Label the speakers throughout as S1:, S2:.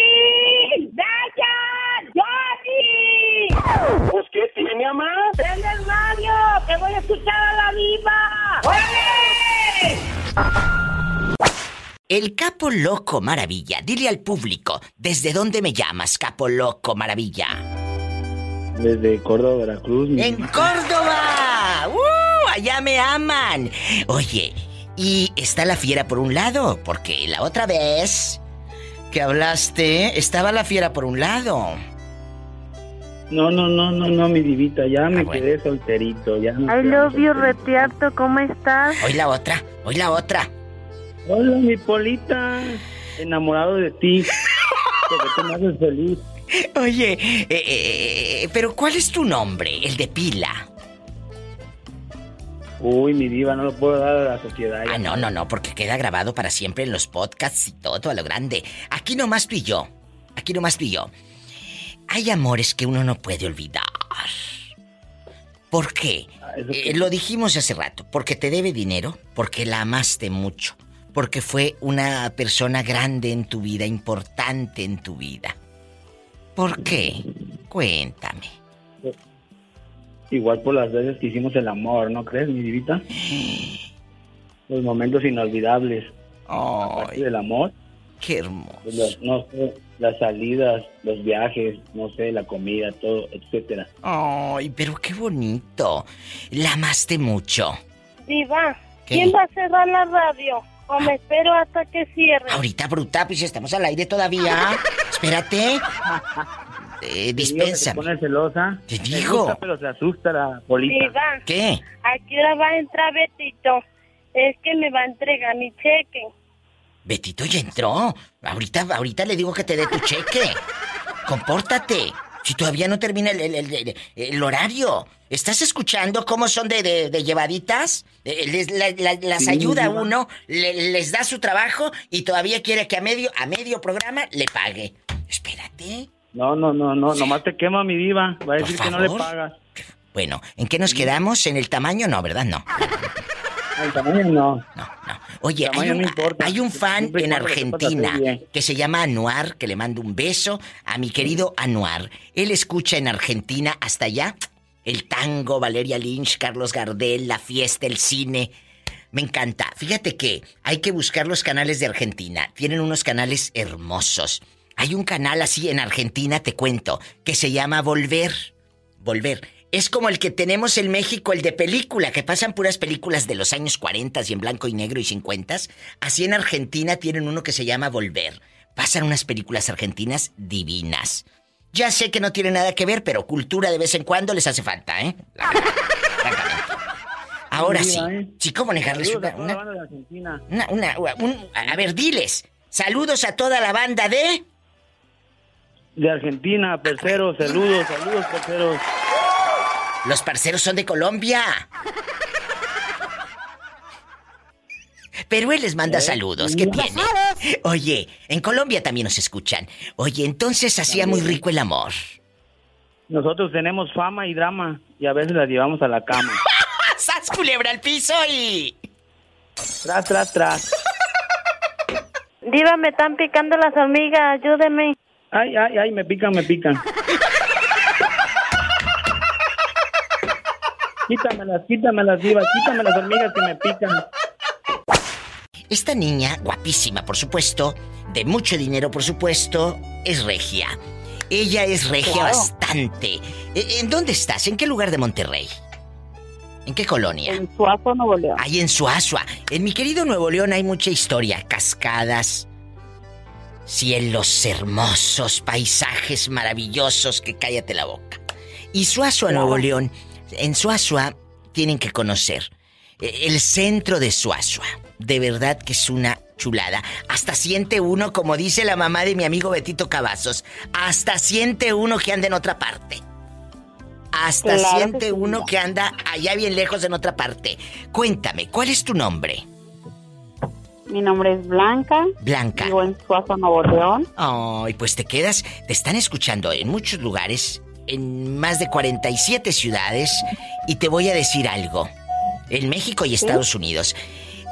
S1: ¡Kevin! ¡Dayan! ¡Johnny!
S2: Pues, ¿qué tiene, mamá?
S1: ¡Prende el radio! ¡Que voy a escuchar a la viva! ¡Órale!
S3: El Capo Loco Maravilla, dile al público, ¿desde dónde me llamas, Capo Loco Maravilla?
S2: Desde Córdoba, Veracruz. Mi...
S3: ¡En Córdoba! ¡Uh! ¡Allá me aman! Oye, y está la fiera por un lado, porque la otra vez que hablaste, estaba la fiera por un lado.
S2: No, no, no, no, no, mi divita, ya ah, me bueno. quedé solterito, ya no.
S4: I love you, retiarto, ¿cómo estás?
S3: Hoy la otra, hoy la otra.
S2: Hola, mi polita, enamorado de ti, porque tú me haces feliz.
S3: Oye, eh, eh, pero ¿cuál es tu nombre, el de pila?
S2: Uy, mi diva, no lo puedo dar a la sociedad.
S3: Ah, no, no, no, porque queda grabado para siempre en los podcasts y todo, todo a lo grande. Aquí nomás tú y yo. Aquí nomás tú y yo. Hay amores que uno no puede olvidar. ¿Por qué? Ah, eh, lo dijimos hace rato. Porque te debe dinero, porque la amaste mucho, porque fue una persona grande en tu vida, importante en tu vida. ¿Por qué? Cuéntame.
S2: Sí. Igual por las veces que hicimos el amor, ¿no crees, mi divita? Los momentos inolvidables.
S3: Oh,
S2: Aparte del amor.
S3: Qué hermoso.
S2: Los, no sé, las salidas, los viajes, no sé, la comida, todo, etcétera.
S3: Ay, pero qué bonito. La amaste mucho.
S4: Diva, ¿Qué? ¿quién va a cerrar la radio? O me espero hasta que cierre.
S3: Ahorita, bruta, pues estamos al aire todavía. Espérate. Eh, dispensa.
S2: Se pone celosa.
S3: Te digo. Gusta,
S2: pero se asusta la polita.
S4: Diva,
S3: ¿Qué?
S4: ¿A qué hora va a entrar Betito? Es que me va a entregar mi cheque.
S3: Betito ya entró. Ahorita, ahorita le digo que te dé tu cheque. Compórtate. Si todavía no termina el, el, el, el horario. ¿Estás escuchando cómo son de, de, de llevaditas? Eh, Les, la, la, las sí, ayuda diva. uno, le, les da su trabajo y todavía quiere que a medio, a medio programa le pague. Espérate.
S2: No, no, no, no, nomás te quema mi diva. Va a decir que no le pagas.
S3: Bueno, ¿en qué nos quedamos? ¿En el tamaño? No, ¿verdad? No.
S2: El tamaño no. No,
S3: no. Oye, hay un,
S2: no
S3: hay un, fan Siempre en Argentina que, que se llama Anuar, que le mando un beso a mi querido Anuar. Él escucha en Argentina hasta allá el tango, Valeria Lynch, Carlos Gardel, la fiesta, el cine. Me encanta. Fíjate que hay que buscar los canales de Argentina. Tienen unos canales hermosos. Hay un canal así en Argentina, te cuento, que se llama Volver. Volver. Es como el que tenemos en México, el de película, que pasan puras películas de los años 40 y en blanco y negro y 50. Así en Argentina tienen uno que se llama Volver. Pasan unas películas argentinas divinas. Ya sé que no tiene nada que ver, pero cultura de vez en cuando les hace falta, ¿eh? La verdad, Ahora sí, sí, ¿cómo negarles una, una, una, un, A ver, diles. Saludos a toda la banda de
S2: de Argentina, parceros, saludos, saludos, parceros.
S3: Los parceros son de Colombia. Perú les manda ¿Eh? saludos, ¿qué tiene? Oye, en Colombia también nos escuchan. Oye, entonces hacía muy rico el amor.
S2: Nosotros tenemos fama y drama y a veces la llevamos a la cama.
S3: ¡Ah, ¡Sas culebra al piso y!
S2: Tras, tras, tras.
S4: Diva, me están picando las hormigas, ayúdeme.
S2: Ay, ay, ay, me pican, me pican. quítamelas, quítamelas, diva, quítamelas hormigas que me pican.
S3: Esta niña, guapísima, por supuesto, de mucho dinero, por supuesto, es regia. Ella es regia claro. bastante. E, ¿En dónde estás? ¿En qué lugar de Monterrey? ¿En qué colonia?
S4: En Suazua, Nuevo León.
S3: Ahí en Suazua. En mi querido Nuevo León hay mucha historia. Cascadas, cielos hermosos, paisajes maravillosos que cállate la boca. Y Suazua, Nuevo León, en Suazua tienen que conocer E, el centro de Suazua. De verdad que es una chulada. Hasta siente uno, como dice la mamá de mi amigo Betito Cavazos, hasta siente uno que anda en otra parte. Hasta claro siente que uno que anda allá bien lejos en otra parte. Cuéntame, ¿cuál es tu nombre?
S4: Mi nombre es Blanca.
S3: Blanca.
S4: Vivo en Suazo, Nuevo León.
S3: Ay, oh, pues te quedas. Te están escuchando en muchos lugares, en más de 47 ciudades. Y te voy a decir algo. En México y Estados ¿Sí? Unidos.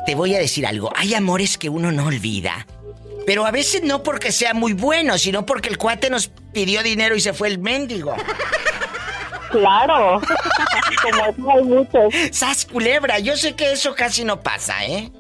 S3: Te voy a decir algo. Hay amores que uno no olvida. Pero a veces no porque sea muy bueno, sino porque el cuate nos pidió dinero y se fue el mendigo.
S5: Claro. Como eso hay muchos.
S3: ¡Sas culebra! Yo sé que eso casi no pasa, ¿eh?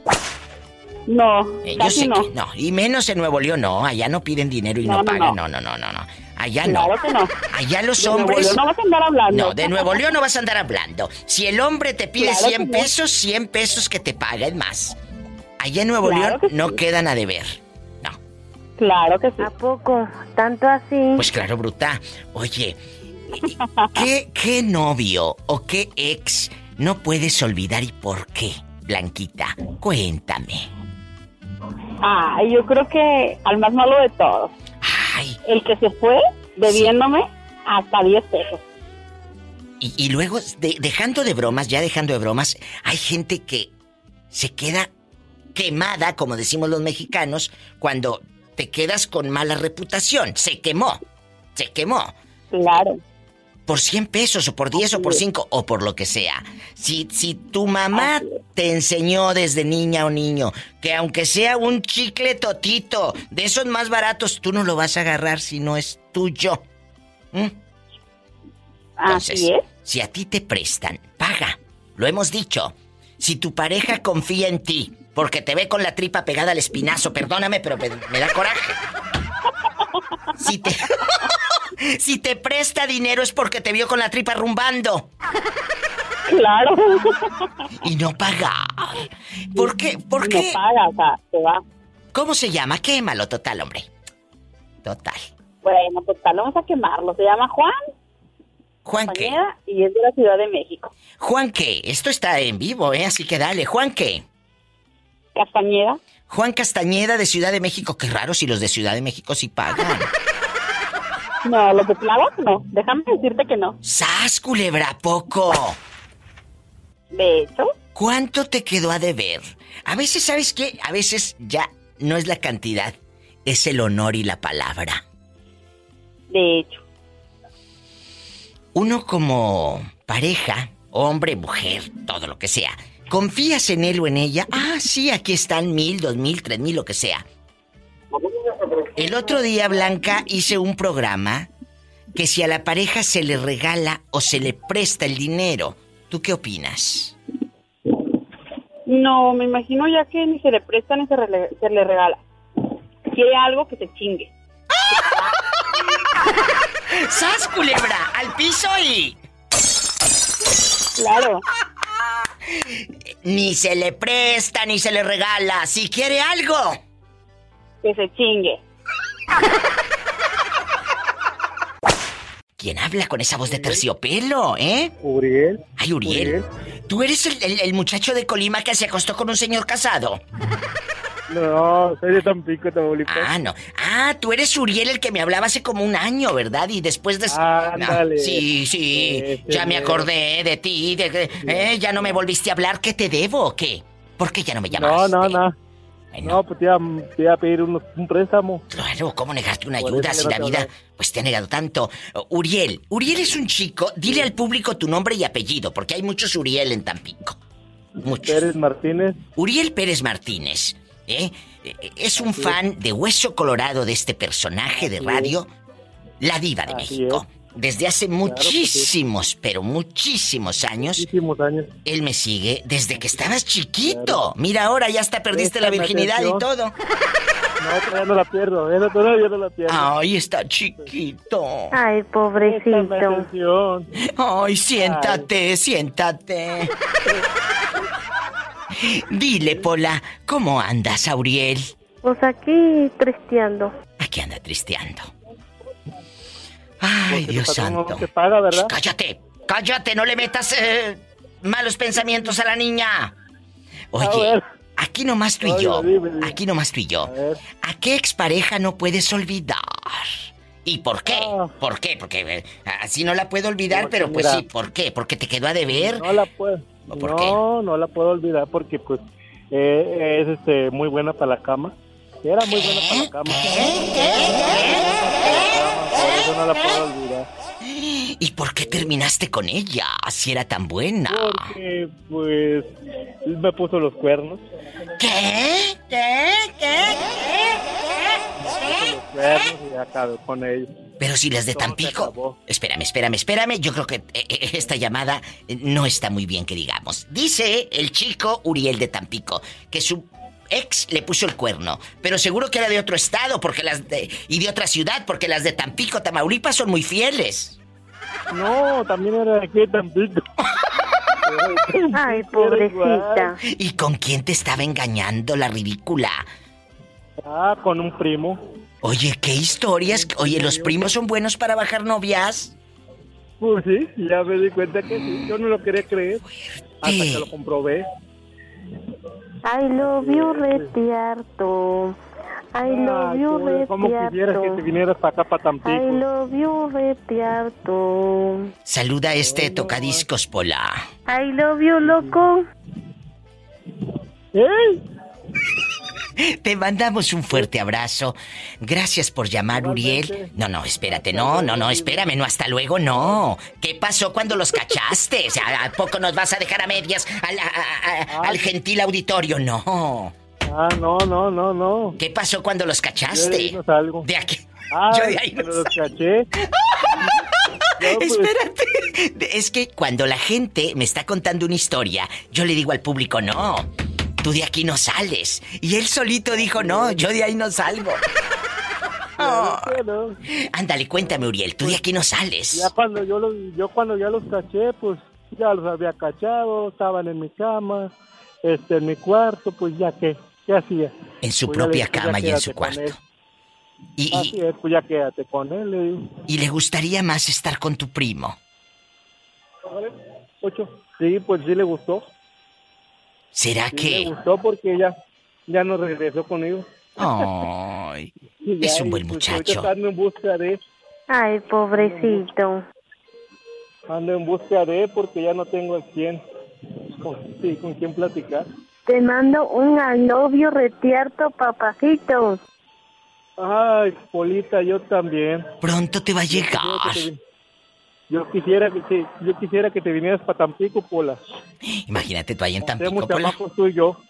S5: No,
S3: Eh, yo
S5: casi
S3: sé
S5: no.
S3: que no. Y menos en Nuevo León, no. Allá no piden dinero y no,
S5: No, no,
S3: pagan. No, no, no, no, no. Allá Ah, no.
S5: Claro que no.
S3: Allá los
S5: De Nuevo
S3: hombres.
S5: León no vas a andar hablando.
S3: No, de Nuevo León no vas a andar hablando. Si el hombre te pide
S5: Claro que
S3: 100
S5: no.
S3: pesos, 100 pesos que te paguen más. Allá en Nuevo
S5: Claro que
S3: León no quedan a deber. No.
S5: Claro que sí.
S4: ¿A poco? ¿Tanto así?
S3: Pues claro, bruta. Oye, ¿qué, qué novio o qué ex no puedes olvidar y por qué? Blanquita, cuéntame.
S5: Ah, yo creo que al más malo de todos,
S3: Ay,
S5: el que se fue debiéndome hasta 10 pesos.
S3: y, y luego, de- dejando de bromas, ya dejando de bromas, hay gente que se queda quemada, como decimos los mexicanos, cuando te quedas con mala reputación. Se quemó, se quemó.
S5: Claro.
S3: por 100 pesos o por 10 o por 5 o por lo que sea. Si, si tu mamá te enseñó desde niña o niño que aunque sea un chicle totito de esos más baratos, tú no lo vas a agarrar si no es tuyo. ¿Mm?
S5: Así es.
S3: si a ti te prestan, paga. Lo hemos dicho. Si tu pareja confía en ti porque te ve con la tripa pegada al espinazo, perdóname, pero me, me da coraje. Si te, si te presta dinero es porque te vio con la tripa rumbando
S5: Claro.
S3: y no paga. ¿Por qué? ¿Por
S5: No
S3: qué?
S5: paga, o sea, se va.
S3: ¿Cómo se llama? Quémalo, total, hombre. Total.
S5: Bueno, pues tal, vamos a quemarlo. Se llama Juan
S3: Juan qué.
S5: Pañeda y es de la Ciudad de México.
S3: Juan qué. Esto está en vivo, ¿eh? Así que dale. Juan qué.
S5: Castañeda.
S3: Juan Castañeda de Ciudad de México. Qué raro si los de Ciudad de México sí pagan.
S5: No, los de Tláhuac no. Déjame decirte que no.
S3: ¡Sas, culebra, ¿a poco!
S5: De hecho,
S3: ¿Cuánto te quedó a deber? A veces, ¿sabes qué? A veces ya no es la cantidad, es el honor y la palabra.
S5: de hecho.
S3: Uno como pareja, hombre, mujer, todo lo que sea, confías en él o en ella. Ah, sí, aquí están mil, dos mil, tres mil, lo que sea. El otro día, Blanca, hice un programa que si a la pareja se le regala o se le presta el dinero, ¿tú qué opinas?
S5: No, me imagino ya que ni se le presta ni se, rele- se le regala. Quiere algo que se chingue.
S3: ¡Sas, culebra! ¡Al piso y!
S5: Claro.
S3: Ni se le presta, ni se le regala. Si quiere algo.
S5: Que se chingue.
S3: ¿Quién habla con esa voz de terciopelo, eh?
S6: Uriel.
S3: Ay, Uriel. Tú eres el, el- el muchacho de Colima que se acostó con un señor casado.
S6: No, soy de Tampico, Tamaulipas.
S3: Ah, no. Ah, tú eres Uriel el que me hablaba hace como un año, ¿verdad? Y después de...
S6: Ah, Ándale.
S3: Ah, No, Sí, sí.
S6: Ese
S3: ya me
S6: mero.
S3: acordé de ti. de- de- eh, ya no me volviste a hablar. ¿Qué te debo o qué? ¿Por qué ya eh, no me
S6: no,
S3: llamaste?
S6: no, no.
S3: Bueno,
S6: No, pues te iba, te iba a pedir unos- un préstamo.
S3: Claro, ¿cómo negarte una
S6: Por
S3: ayuda
S6: eso
S3: si
S6: le
S3: la
S6: vas a
S3: vida
S6: hablar.
S3: pues te ha negado tanto? Uh, Uriel, Uriel es un chico, dile al público tu nombre y apellido, porque hay muchos Uriel en Tampico. Muchos.
S6: Pérez Martínez.
S3: Uriel Pérez Martínez, ¿eh? Eh, eh, Es un fan de Hueso Colorado de este personaje de radio, la diva de
S6: Así
S3: México. Desde hace muchísimos, pero muchísimos años,
S6: Muchísimos años.
S3: él me sigue desde que estabas chiquito. Mira ahora, ya hasta perdiste la
S6: Préstame
S3: virginidad y
S6: atención.
S3: todo.
S6: No, todavía no la pierdo. Esa todavía no la pierdo.
S3: Ay, está chiquito.
S4: Ay,
S6: Préstame
S4: pobrecito.
S6: atención.
S3: Ay, siéntate, siéntate. Dile, Pola, ¿cómo andas, Auriel?
S4: Pues aquí tristeando.
S3: Aquí anda tristeando. Ay,
S6: Porque tu
S3: Dios
S6: patrón no
S3: santo.
S6: te paga, ¿verdad?
S3: Shh, Cállate, cállate, no le metas eh, malos pensamientos a la niña.
S6: A
S3: Oye,
S6: ver.
S3: aquí nomás tú y
S6: Oye,
S3: yo.
S6: dime, dime.
S3: Aquí nomás tú y yo.
S6: A ver.
S3: ¿A qué expareja no puedes olvidar? ¿Y por qué?
S6: Ah.
S3: ¿Por qué? Porque eh, así no la puedo olvidar,
S6: Porque
S3: pero pues
S6: mira.
S3: sí, ¿por qué? Porque te quedó a deber.
S6: No la puedo.
S3: ¿O por
S6: No, no la puedo olvidar porque pues eh, es este muy buena para la cama. Era muy buena para la cama. Por eso no la puedo olvidar.
S3: ¿Y por qué terminaste con ella? Si era tan buena.
S6: Porque pues me puso los cuernos.
S3: ¿Qué? ¿Qué? ¿Qué? ¿Qué? ¿Qué?
S6: cuernos y acabé con ellos.
S3: Pero si las de
S6: Todo se
S3: Tampico.
S6: acabó.
S3: Espérame, espérame, espérame. Yo creo que eh, eh, esta llamada eh, no está muy bien que digamos. Dice el chico Uriel de Tampico que su ex le puso el cuerno, pero seguro que era de otro estado porque las de, y de otra ciudad porque las de Tampico, Tamaulipas son muy fieles.
S6: No, también era de aquí de Tampico.
S4: Ay, pobrecita.
S3: ¿Y con quién te estaba engañando la ridícula?
S6: Ah, con un primo.
S3: Oye, qué historias. Oye, los primos son buenos para bajar novias.
S6: Pues sí, ya me di cuenta que sí. Yo no lo quería creer hasta que lo comprobé.
S4: I love you, retiarto. I love
S6: Ay,
S4: you,
S6: cómo- Ah, ¿Cómo quisieras que te
S4: retiarto.
S6: vinieras para acá, para
S4: I
S6: Tampico?
S4: love you, retiarto.
S3: Saluda a este tocadiscos, Pola.
S4: I love you, loco.
S6: ¡Ey!
S3: Te mandamos un fuerte abrazo. Gracias por llamar, Uriel. No, no, espérate, no, no, no, espérame, no, hasta luego, no. ¿Qué pasó cuando los cachaste? O sea, ¿A poco nos vas a dejar a medias al, a- a- a- al gentil auditorio? No.
S6: Ah, no, no, no, no.
S3: ¿Qué pasó cuando
S6: Yo
S3: los
S6: de ahí
S3: cachaste?
S6: no salgo.
S3: De aquí.
S6: Ah,
S3: Yo de ahí no
S6: pero los
S3: salgo.
S6: caché. No, pues,
S3: Espérate. Es que cuando la gente me está contando una historia, yo le digo al público, no, tú de aquí no sales. Y él solito dijo, no, yo de ahí no salgo. Oh.
S6: bueno,
S3: Ándale, cuéntame, Uriel, tú de aquí no sales.
S6: ya cuando yo los, yo cuando ya los caché, pues ya los había cachado, estaban en mi cama, este, en mi cuarto, pues ya qué, ¿qué hacía?
S3: En su
S6: Pues, ya le
S3: propia
S6: dije, ya
S3: cama y en su
S6: quédate con
S3: cuarto.
S6: él.
S3: Y,
S6: Así
S3: y,
S6: es, pues ya quédate con él. le digo.
S3: y le gustaría más estar con tu primo.
S6: Ocho. Sí, pues sí le gustó.
S3: ¿Será
S6: Sí
S3: que...?
S6: le gustó porque ya, ya no regresó conmigo.
S3: Ay,
S6: Y
S3: Es
S6: ya,
S3: un
S6: y,
S3: buen
S6: pues, ahorita
S3: muchacho.
S6: Ando en busca de,
S4: Ay, pobrecito.
S6: ando en busca de, porque ya no tengo a quién, con- sí, con quién platicar.
S4: Te mando un I love you, retiarto, papajito.
S6: Ay, Polita, yo también.
S3: pronto te va a
S6: Yo
S3: llegar.
S6: que te vi- Yo quisiera que te, yo quisiera que te vinieras para Tampico, Pola.
S3: Imagínate tú allá en Tampico,
S6: Hacemos
S3: Pola.
S6: chamacos tú y yo.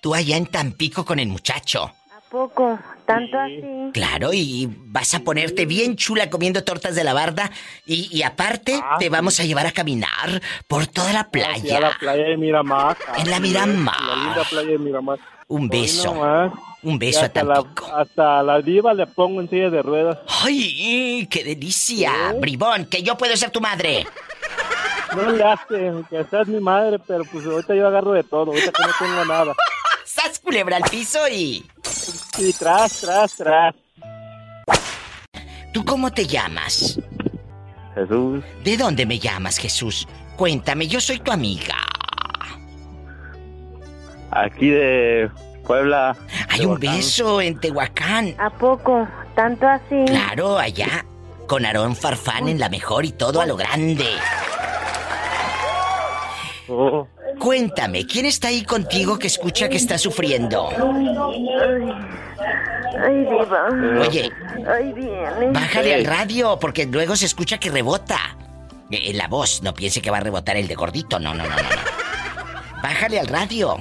S3: Tú allá en Tampico con el muchacho.
S4: ¿A poco? ¿Tanto así?
S3: Claro, y vas a ponerte bien chula comiendo tortas de la barda. Y, y aparte,
S6: Ah,
S3: te
S6: sí.
S3: vamos a llevar a caminar por toda la
S6: Hacia la
S3: playa.
S6: playa de Miramar.
S3: En la
S6: Así es,
S3: Miramar.
S6: La linda playa de Miramar.
S3: Un
S6: Hoy
S3: beso.
S6: nomás.
S3: Un
S6: Y
S3: beso a
S6: hasta la,
S3: Tampico.
S6: hasta la diva le pongo en silla de ruedas.
S3: ¡Ay, qué delicia! Bribón, que yo puedo ser tu madre.
S6: No le hace, que seas mi madre, pero pues ahorita yo agarro de todo, ahorita que no tengo nada.
S3: ¡Sas culebra al piso y...!
S6: Y tras, tras, tras.
S3: ¿Tú cómo te llamas?
S7: Jesús,
S3: ¿De dónde me llamas, Jesús? Cuéntame, yo soy tu amiga.
S7: aquí de Puebla.
S3: Hay un beso en Tehuacán.
S4: ¿A poco? ¿Tanto así?
S3: Claro, allá. Con Aarón Farfán en la mejor y todo a lo grande.
S7: Oh,
S3: Cuéntame, ¿quién está ahí contigo que escucha que está sufriendo?
S4: Ay, diva.
S3: Oye,
S4: Ay, viene.
S3: bájale al radio porque luego se escucha que rebota. Eh, eh, la voz, no piense que va a rebotar el de gordito. No, no, no, no. no. Bájale al radio.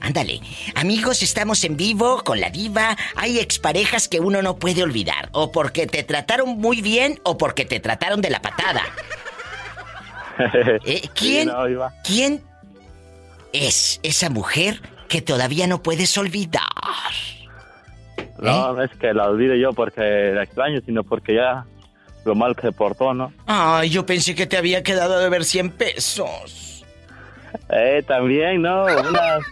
S3: Ándale. Amigos, estamos en vivo con la diva. Hay exparejas que uno no puede olvidar. O porque te trataron muy bien o porque te trataron de la patada. Eh, ¿Quién,
S7: no, iba.
S3: quién es esa mujer que todavía no puedes olvidar? ¿Eh?
S7: No, no es que la olvide yo porque la extraño, sino porque ya lo mal que se portó, ¿no?
S3: Ay, yo pensé que te había quedado de ver 100 pesos.
S7: Eh, también, ¿no? Unas-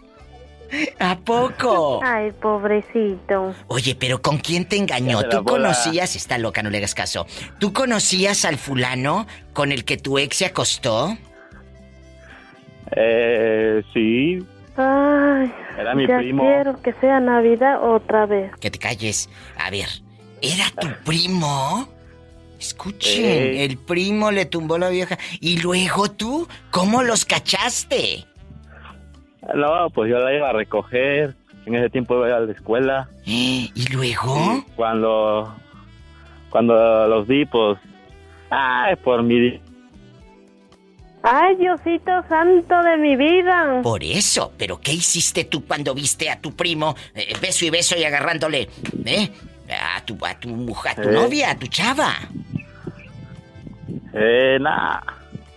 S3: ¿A poco?
S4: Ay, pobrecito.
S3: Oye, pero ¿con quién te
S7: Ya
S3: engañó?
S7: se la
S3: ¿Tú
S7: bola.
S3: conocías, está loca, no le hagas caso? ¿Tú conocías al fulano con el que tu ex se acostó?
S7: eh, sí,
S4: Ay,
S7: era mi
S4: ya
S7: primo.
S4: quiero que sea Navidad otra vez.
S3: Que te calles. A ver, ¿era tu
S7: Ah.
S3: primo? Escuchen,
S7: Ey.
S3: el primo le tumbó la vieja. ¿Y luego tú? ¿Cómo los cachaste?
S7: No, pues yo la iba a recoger. En ese tiempo iba a la escuela.
S3: ¿Y luego?
S7: Y Cuando, cuando los di, pues, ay, por mi
S4: Ay, Diosito santo de mi vida.
S3: Por eso, pero ¿qué hiciste tú cuando viste a tu primo eh, beso y beso y agarrándole, eh? A tu, a tu mujer, a tu
S7: Eh.
S3: novia, a tu chava.
S7: Eh, nada.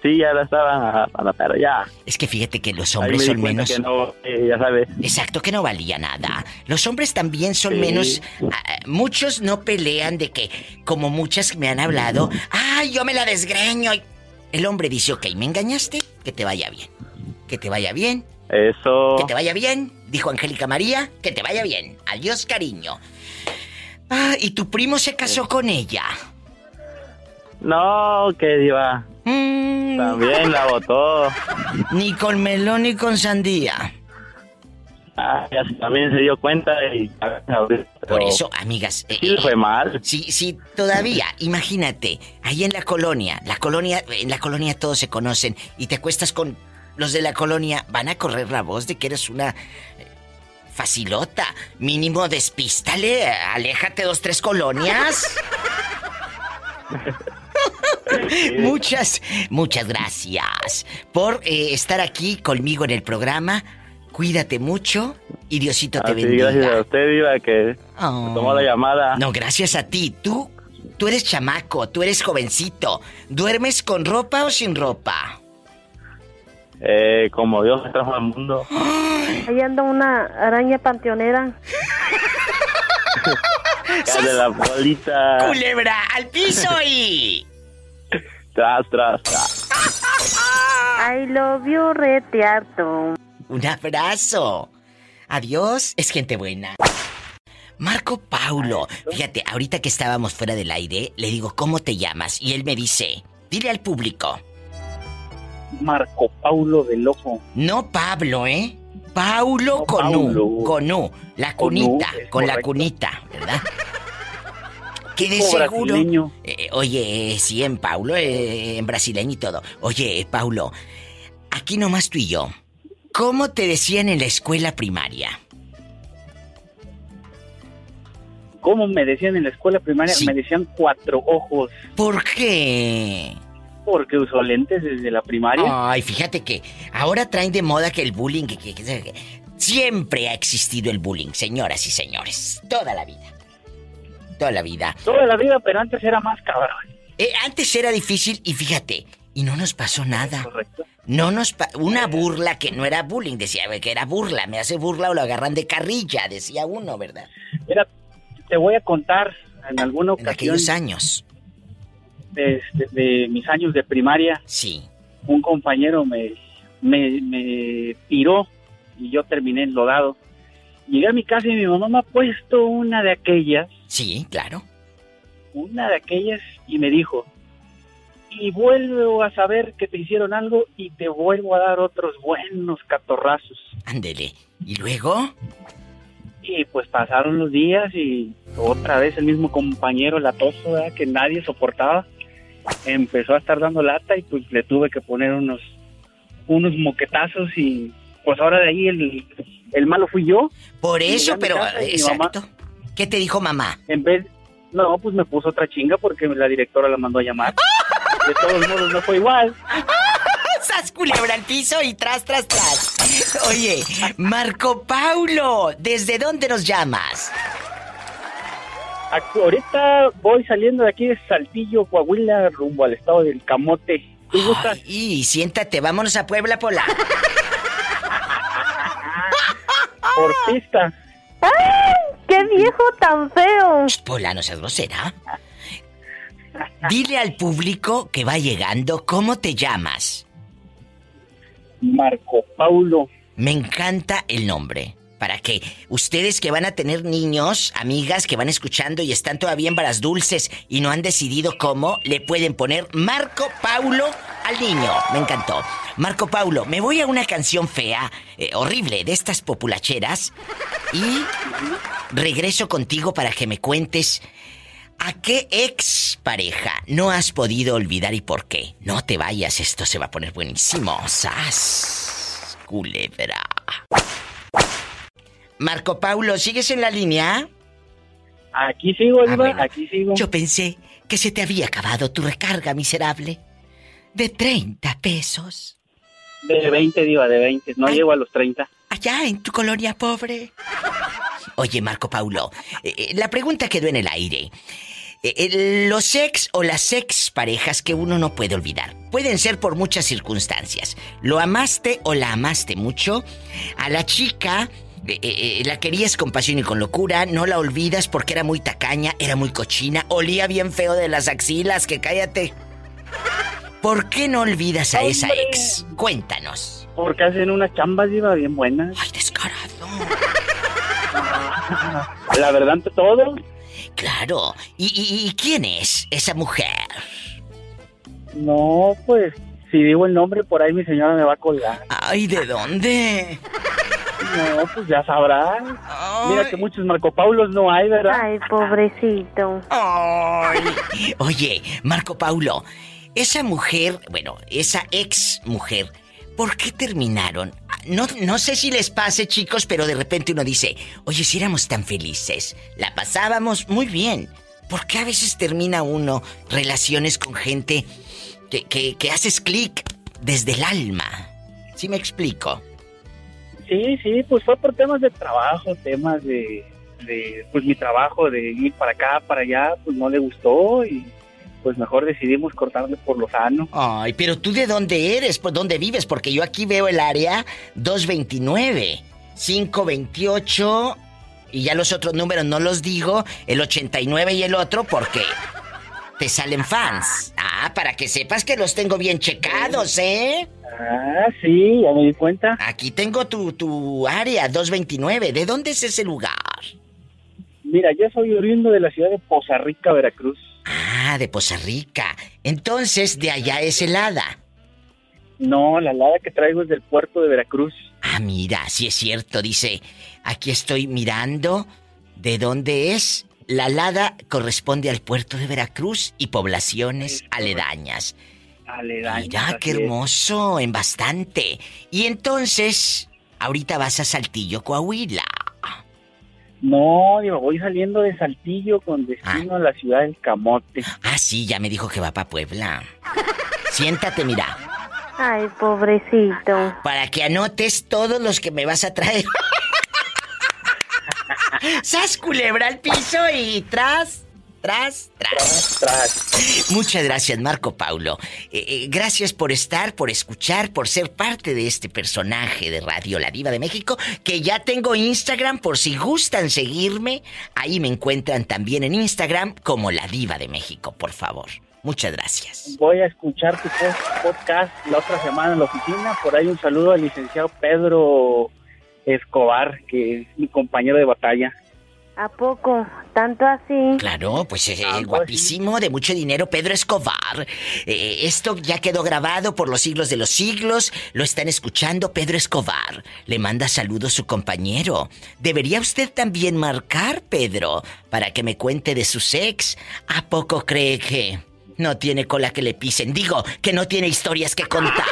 S7: Sí, ya la estaban agarrando, pero ya.
S3: Es que fíjate que los
S7: Ahí
S3: hombres
S7: me di
S3: son
S7: cuenta
S3: menos.
S7: que no, eh, ya sabes.
S3: Exacto, que no valía nada. Los hombres también son
S7: Sí.
S3: menos... ah, muchos no pelean de que, como muchas me han hablado, ¡ay, yo me la desgreño! y- El hombre dice, ok, ¿me engañaste? Que te vaya bien. Que te vaya bien.
S7: Eso.
S3: Que te vaya bien, dijo Angélica María, que te vaya bien. Adiós, cariño. Ah, y tu primo se casó con ella.
S7: No, que diva.
S3: Mm,
S7: También la botó.
S3: ni con melón ni con sandía.
S7: Ah, ya se- también se dio cuenta y...
S3: Por eso, amigas, eh,
S7: Sí, le fue mal.
S3: Sí, sí, todavía, imagínate, ahí en la colonia, la colonia, en la colonia todos se conocen y te acuestas con los de la colonia, van a correr la voz de que eres una eh, facilota. Mínimo despístale, aléjate dos, tres colonias. muchas, muchas gracias por eh, estar aquí conmigo en el programa. Cuídate mucho y Diosito te
S7: Así,
S3: bendiga.
S7: gracias a usted, diva, que
S3: Oh.
S7: tomó la
S2: Ah.
S7: llamada.
S3: No, gracias a ti. Tú, tú eres chamaco, tú eres jovencito. ¿Duermes con ropa o sin ropa?
S7: Eh, como Dios me trajo al mundo.
S4: Ahí anda una araña panteonera.
S7: Cae de la
S2: Ah.
S7: bolita.
S3: ¡Culebra! ¡Al piso y!
S7: Tras, tras, tras.
S4: I love you retierto.
S3: Un abrazo. Adiós. Es gente buena. Marco Paulo. Fíjate, ahorita que estábamos fuera del aire, le digo, ¿cómo te llamas? Y él me dice, dile al público.
S2: Marco Paulo del Ojo.
S3: No Pablo, ¿eh? Paulo
S2: No,
S3: con U.
S2: Paulo.
S3: Con U. La
S2: Con U,
S3: cunita.
S2: es
S3: Con la
S2: correcto.
S3: cunita, ¿verdad? Que de
S2: Hijo
S3: seguro.
S2: brasileño.
S3: Eh, oye, eh, sí, en Paulo, eh, en brasileño y todo. Oye, eh, Paulo, aquí nomás tú y yo. ¿Cómo te decían en la escuela primaria?
S2: ¿Cómo me decían en la escuela primaria?
S3: Sí.
S2: Me decían cuatro ojos
S3: ¿Por qué?
S2: porque uso lentes desde la primaria.
S3: Ay, fíjate que ahora traen de moda que el bullying. que- que- que- siempre ha existido el bullying, señoras y señores. Toda la vida. Toda la vida.
S2: Toda la vida, pero antes era más cabrón.
S3: Eh, antes era difícil y fíjate, y no nos pasó nada.
S2: Correcto.
S3: No nos pa- una burla que no era bullying, decía "Ay, que era burla, me hace burla o lo agarran de carrilla, decía uno, ¿verdad?
S2: Mira, te voy a contar en alguna
S3: En
S2: ocasión
S3: aquellos años.
S2: de, este, de mis años de primaria,
S3: Sí.
S2: un compañero me, me, me tiró y yo terminé enlodado. Llegué a mi casa y mi mamá me ha puesto una de aquellas,
S3: Sí, claro.
S2: una de aquellas, y me dijo, y vuelvo a saber que te hicieron algo y te vuelvo a dar otros buenos catorrazos.
S3: Ándele. Y luego,
S2: Y pues pasaron los días y otra vez el mismo compañero latoso ¿verdad? que nadie soportaba empezó a estar dando lata y pues le tuve que poner unos unos moquetazos y pues ahora de ahí el, el malo fui yo
S3: por
S2: Llegué
S3: eso,
S2: a mi
S3: pero
S2: casa y mi mamá-
S3: exacto. ¿Qué te dijo mamá?
S2: en vez no pues me puso otra chinga porque la directora la mandó a llamar de todos modos no fue igual
S3: ¡Oh, ¡Sas culebra al piso y tras tras tras! Oye, Marco Paulo, ¿desde dónde nos llamas?
S2: Ac- ahorita voy saliendo de aquí de Saltillo Coahuila rumbo al estado del Camote ¿tú gustas
S3: Ay, y siéntate, vámonos a Puebla Pola.
S2: por pista
S4: ¡Qué viejo tan feo!
S3: Ch, Pola, no seas grosera. Dile al público que va llegando cómo te llamas.
S2: Marco Paulo
S3: Me encanta el nombre. Para que ustedes que van a tener niños, amigas que van escuchando y están todavía en varas dulces y no han decidido cómo, le pueden poner Marco Paulo al niño. Me encantó. Marco Paulo, me voy a una canción fea, eh, horrible, de estas populacheras. Y regreso contigo para que me cuentes a qué ex pareja no has podido olvidar y por qué. No te vayas, esto se va a poner buenísimo. ¡Sas! Culebra. Marco Paulo, ¿sigues en la línea?
S2: Aquí sigo,
S3: Ah,
S2: Diva,
S3: bueno.
S2: aquí sigo.
S3: Yo pensé que se te había acabado tu recarga, miserable. de 30 pesos.
S2: De 20, diva, de 20. No
S3: Ay.
S2: llego a los 30.
S3: Allá en tu colonia pobre. Oye, Marco Paulo, eh, eh, la pregunta quedó en el aire. Eh, eh, los ex o las ex parejas que uno no puede olvidar. Pueden ser por muchas circunstancias. Lo amaste o la amaste mucho. A la chica eh, eh, eh, la querías con pasión y con locura. No la olvidas porque era muy tacaña, era muy cochina, olía bien feo de las axilas, que cállate. ¿Por qué no olvidas a esa
S2: Hombre.
S3: ex? Cuéntanos.
S2: Porque hacen unas chambas, diva, bien buenas.
S3: Ay, descarado.
S2: La verdad, ante todo,
S3: Claro. ¿Y, y, y quién es esa mujer?
S2: no, pues, si digo el nombre por ahí mi señora me va a colgar.
S3: Ay, ¿de dónde?
S2: No, pues ya sabrá.
S3: Ay.
S2: Mira que muchos Marco Paulos no hay, ¿verdad?
S4: Ay, pobrecito.
S3: Ay. Oye, Marco Paulo, esa mujer, bueno, esa ex mujer, ¿por qué terminaron? Ah, No, no sé si les pase, chicos, pero de repente uno dice, oye, si éramos tan felices, la pasábamos muy bien. ¿Por qué a veces termina uno relaciones con gente que, que, que haces clic desde el alma? ¿Sí me explico?
S2: Sí, sí, pues fue por temas de trabajo, temas de, de, pues mi trabajo, de ir para acá, para allá, pues no le gustó y pues mejor decidimos cortarle por lo sano.
S3: Ay, pero tú de dónde eres, pues dónde vives, porque yo aquí veo el área 229, 528 y ya los otros números no los digo, el 89 y el otro porque te salen fans. Ah, para que sepas que los tengo bien checados, ¿eh?
S2: Ah, sí, ya me di cuenta.
S3: Aquí tengo tu tu área 229. ¿De dónde es ese lugar?
S2: Mira, yo soy oriundo de la ciudad de Poza Rica, Veracruz.
S3: Ah, de Poza Rica. Entonces, de allá es helada.
S2: No, la lada que traigo es del puerto de Veracruz.
S3: Ah, mira, sí es cierto, dice. Aquí estoy mirando de dónde es. La Lada corresponde al puerto de Veracruz y poblaciones aledañas.
S2: Aledaño.
S3: mira,
S2: así
S3: qué
S2: es.
S3: hermoso, en bastante. Y entonces, ahorita vas a Saltillo, Coahuila.
S2: No, digo, voy saliendo de Saltillo con destino a la ciudad del Camote.
S3: Ah, sí, ya me dijo que va para Puebla. Siéntate, mira,
S4: Ay, pobrecito.
S3: para que anotes todos los que me vas a traer. ¡Sas culebra al piso y tras, tras, tras!
S2: Tras.
S3: Muchas gracias, Marco Paulo. Eh, eh, gracias por estar, por escuchar, por ser parte de este personaje de Radio La Diva de México, que ya tengo Instagram por si gustan seguirme. Ahí me encuentran también en Instagram como La Diva de México, por favor. Muchas gracias.
S2: Voy a escuchar tu pos- podcast la otra semana en la oficina. Por ahí un saludo al licenciado Pedro Escobar, que es mi compañero de batalla.
S4: ¿A poco? ¿Tanto así?
S3: Claro, pues eh,
S2: Ah, pues,
S3: guapísimo, de mucho dinero, Pedro Escobar. Eh, esto ya quedó grabado por los siglos de los siglos. Lo están escuchando Pedro Escobar. Le manda saludos su compañero. Debería usted también marcar, Pedro, para que me cuente de su sex. ¿A poco cree que no tiene cola que le pisen? Digo, que no tiene historias que contar.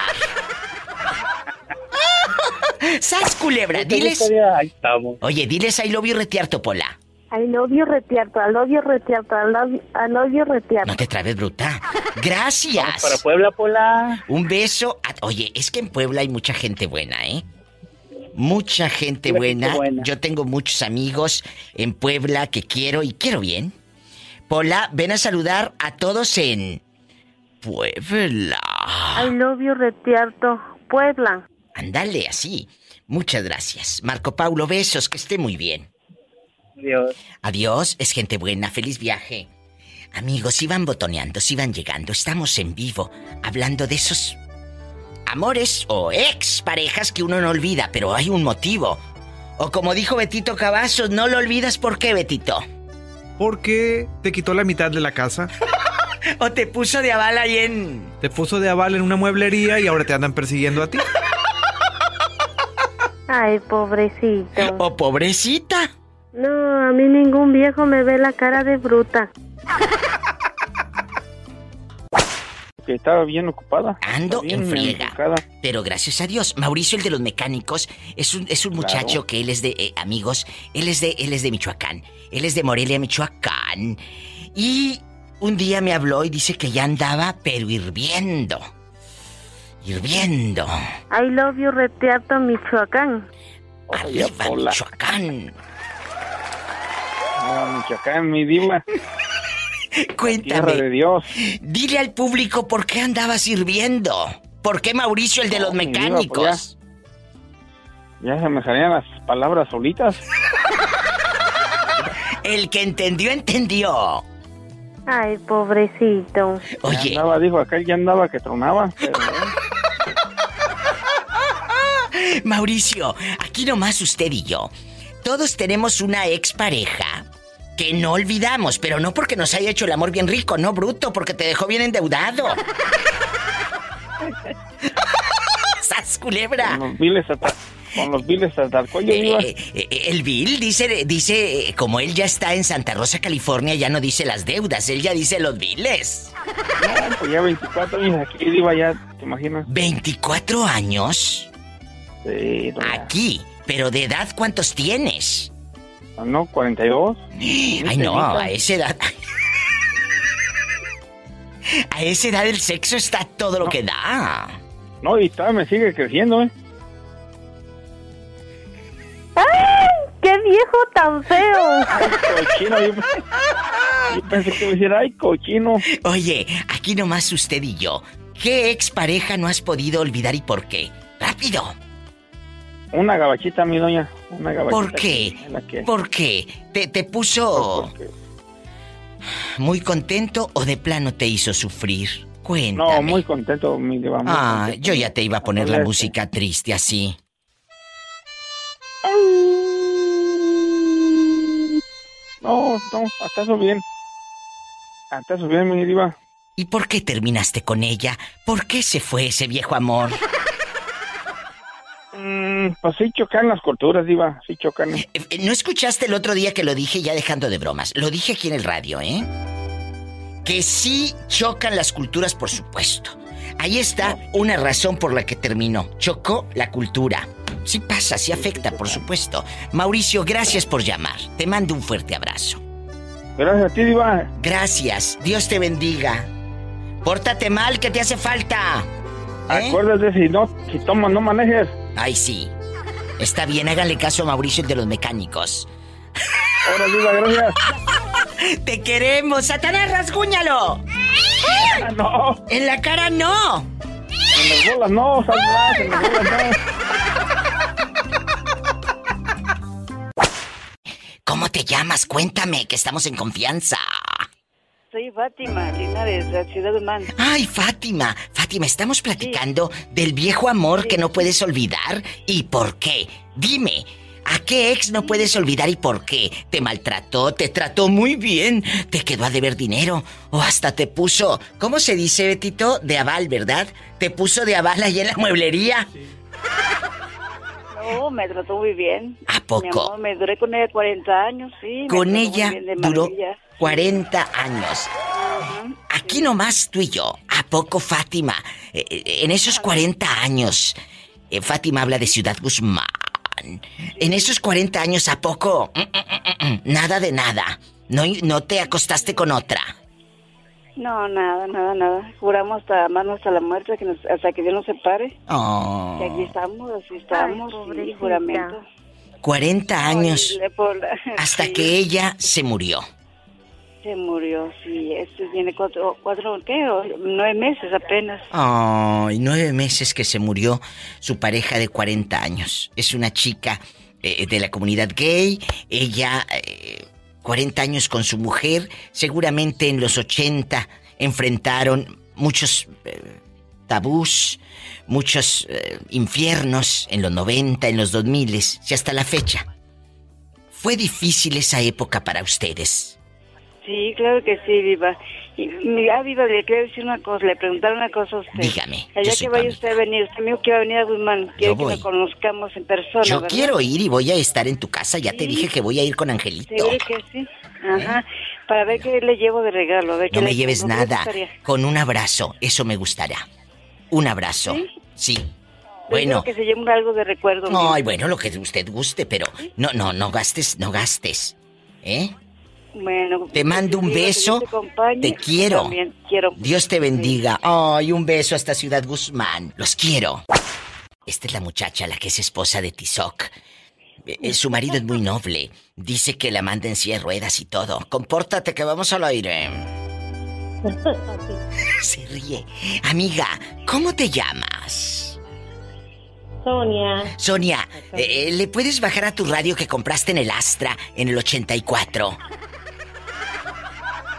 S3: ¡Sas, culebra!
S2: ¿Te
S3: Diles...
S2: gustaría? Ahí estamos.
S3: Oye, diles I love you, retear, Topola.
S4: Ay, novio retierto, al novio retierto, al novio, al novio retierto.
S3: No te trabes, bruta.
S2: Para
S3: Gracias.
S2: Puebla, Pola.
S3: Un beso. a- Oye, es que en Puebla hay mucha gente buena, ¿eh?
S2: Mucha
S3: Mucha gente
S2: gente
S3: buena.
S2: buena.
S3: Yo tengo muchos amigos en Puebla que quiero y quiero bien. Pola, ven a saludar a todos en Puebla.
S4: Al novio retierto, Puebla.
S3: Ándale, así. Muchas gracias. Marco Paulo, besos, que esté muy bien.
S2: Dios.
S3: Adiós, es gente buena, feliz viaje. Amigos, si van botoneando, si van llegando, estamos en vivo hablando de esos amores o ex parejas que uno no olvida, pero hay un motivo. O como dijo Betito Cavazos, no lo olvidas por qué, Betito.
S8: ¿Por qué te quitó la mitad de la casa?
S3: O te puso de aval ahí en.
S8: Te puso de aval en una mueblería y ahora te andan persiguiendo a ti.
S4: Ay, pobrecito.
S3: O pobrecita.
S4: No, a mí ningún viejo me ve la cara de bruta.
S7: Que estaba bien ocupada.
S3: Ando
S7: Bien
S3: en friega.
S7: enfocada.
S3: Pero gracias a Dios, Mauricio, el de los mecánicos, es un, es un muchacho que él es de, eh, amigos, él es de, él es de Michoacán, él es de Morelia, Michoacán. Y un día me habló y dice que ya andaba, pero hirviendo. Hirviendo.
S4: I love you, Retiarto, Michoacán.
S2: Oye,
S3: Arriba,
S2: Pola.
S3: Michoacán.
S2: Ah, Michoacán, mi diva. Tierra de
S3: Cuéntame,
S2: Dios.
S3: dile al público por qué andabas hirviendo. ¿Por qué Mauricio, el de
S2: No,
S3: los
S2: mi vida, pues
S3: mecánicos?
S2: Ya se me salían las palabras solitas.
S3: El que entendió, entendió.
S4: Ay, pobrecito.
S2: Ya
S3: Oye,
S2: andaba, dijo aquel, ya andaba que tronaba. Pero, eh,
S3: Mauricio, aquí nomás usted y yo. Todos tenemos una expareja que no olvidamos, pero no porque nos haya hecho el amor bien rico, no bruto, porque te dejó bien endeudado. ¡Sas culebra!
S2: con los viles hasta, con los viles hasta el cuello, diva.
S3: Eh, eh, eh, el Bill dice, dice, eh, como él ya está en Santa Rosa, California, ya no dice las deudas, él ya dice los biles.
S2: No, pues ya 24 años aquí, diva, ya, ¿te imaginas?
S3: 24 años
S2: Sí, no, ya.
S3: aquí, pero de edad, ¿cuántos tienes?
S2: no, 42.
S3: Ay, no, a esa edad. A esa edad el sexo está todo lo que da.
S2: No, y todavía me sigue creciendo, ¿eh?
S4: ¡Qué viejo tan feo!
S2: Cochino, yo, yo pensé que iba a decir, ay, cochino.
S3: Oye, aquí nomás usted y yo. ¿Qué expareja no has podido olvidar y por qué? ¡Rápido!
S2: Ah, Una gabachita, mi doña. Una gabachita.
S3: ¿Por qué?
S2: En la que-
S3: ¿Por qué? ¿Te, te puso
S2: porque-
S3: muy contento o de plano te hizo sufrir? Cuéntame.
S2: No, muy contento, mi diva. muy
S3: Ah,
S2: contento.
S3: yo ya te iba a poner la
S2: Acordaste.
S3: música triste así.
S2: No, no, hasta eso bien. Hasta eso bien, mi diva.
S3: ¿Y por qué terminaste con ella? ¿Por qué se fue ese viejo amor?
S2: Mm, pues sí chocan las culturas, diva. Sí chocan.
S3: Eh, eh, ¿No escuchaste el otro día que lo dije ya dejando de bromas? Lo dije aquí en el radio, ¿eh? Que sí chocan las culturas, por supuesto. Ahí está una razón por la que terminó. Chocó la cultura. Sí pasa, sí afecta, por supuesto. Mauricio, gracias por llamar. Te mando un fuerte abrazo.
S2: Gracias a ti, diva.
S3: Gracias. Dios te bendiga. Pórtate mal, que te hace falta. ¿Eh?
S2: Acuérdate, si no, si tomas, no manejes.
S3: Ay, sí. Está bien, hágale caso a Mauricio, el de los mecánicos.
S2: Ahora, diva, gracias.
S3: ¡Te queremos! ¡Satanás, rasguñalo!
S2: Ah, no,
S3: ¡En la cara no!
S2: en las bolas no, saldrás, en las bolas
S3: ¿Cómo te llamas? Cuéntame, que estamos en confianza.
S9: Soy Fátima Linares, de la Ciudad Humana.
S3: Ay, Fátima, Fátima, estamos platicando del viejo amor que no puedes olvidar y por qué. Dime, ¿a qué ex no puedes olvidar y por qué? ¿Te maltrató? ¿Te trató muy bien? ¿Te quedó a deber dinero? ¿O hasta te puso, ¿cómo se dice, Betito? De aval, ¿verdad? ¿Te puso de aval ahí en la mueblería?
S9: No, me trató muy bien.
S3: ¿A poco?
S9: Mi amor, me duré con ella 40 años, sí. me
S3: Con
S9: trató muy
S3: ella
S9: bien, de
S3: duró
S9: maravilla.
S3: 40 años. Aquí nomás tú y yo. ¿A poco, Fátima? Eh, eh, en esos 40 años, eh, Fátima habla de Ciudad Guzmán. En esos 40 años, ¿a poco? Mm, mm, mm, mm, mm, Nada de nada. No, no te acostaste con otra.
S9: No, nada, nada, nada. Juramos hasta amarnos hasta la muerte, que nos- hasta que Dios nos separe.
S3: Oh,
S9: Y aquí estamos, así estamos,
S4: Ay,
S9: sí,
S4: pobrecita.
S9: juramento.
S3: 40 Oh, años
S9: Horrible, Paula.
S3: hasta
S9: Sí,
S3: que ella se murió.
S9: Se murió, sí. Este tiene cuatro, cuatro ¿qué? O- Nueve meses apenas.
S3: Ay, nueve meses que se murió su pareja de 40 años. Es una chica eh, de la comunidad gay. Ella, eh, 40 años con su mujer. Seguramente en los 80 enfrentaron muchos eh, tabús, muchos eh, infiernos en los 90, en los 2000 y hasta la fecha. Fue difícil esa época para ustedes.
S9: Sí, claro que sí, Viva. Y, mira, Viva, le quiero decir una cosa, le preguntar una cosa a usted.
S3: Dígame, yo
S9: Allá
S3: soy
S9: que vaya
S3: Pamela.
S9: usted a venir, usted me dijo que iba a venir a Guzmán, quiero que
S3: voy.
S9: nos conozcamos en persona.
S3: Yo
S9: ¿verdad?
S3: quiero ir y voy a estar en tu casa. Ya te
S9: Sí.
S3: dije que voy a ir con Angelito.
S9: Seguro que sí. Ajá. Para ver qué le llevo de regalo. A ver qué
S3: ¿Eh? No me
S9: le-
S3: lleves
S9: ¿cómo le
S3: nada.
S9: gustaría?
S3: Con un abrazo, eso me gustará. Un abrazo. Sí.
S9: Le digo
S3: Bueno.
S9: Que se lleve algo de recuerdo.
S3: No,
S9: mira.
S3: ay, bueno, lo que usted guste, pero no, no, no gastes, no gastes. ¿Eh?
S9: Bueno.
S3: Te mando un
S9: Dios te
S3: beso.
S9: acompañe.
S3: Te quiero.
S9: También quiero.
S3: Dios te bendiga. Ay, un beso hasta Ciudad Guzmán. Los quiero. Esta es la muchacha, la que es esposa de Tizoc. Eh, eh, Su marido es muy noble. Dice que la manda en silla de ruedas y todo. Compórtate que vamos al aire. Se ríe. Amiga, ¿cómo te llamas?
S1: Sonia,
S3: Sonia, eh, ¿le puedes bajar a tu radio que compraste en el Astra en el 84?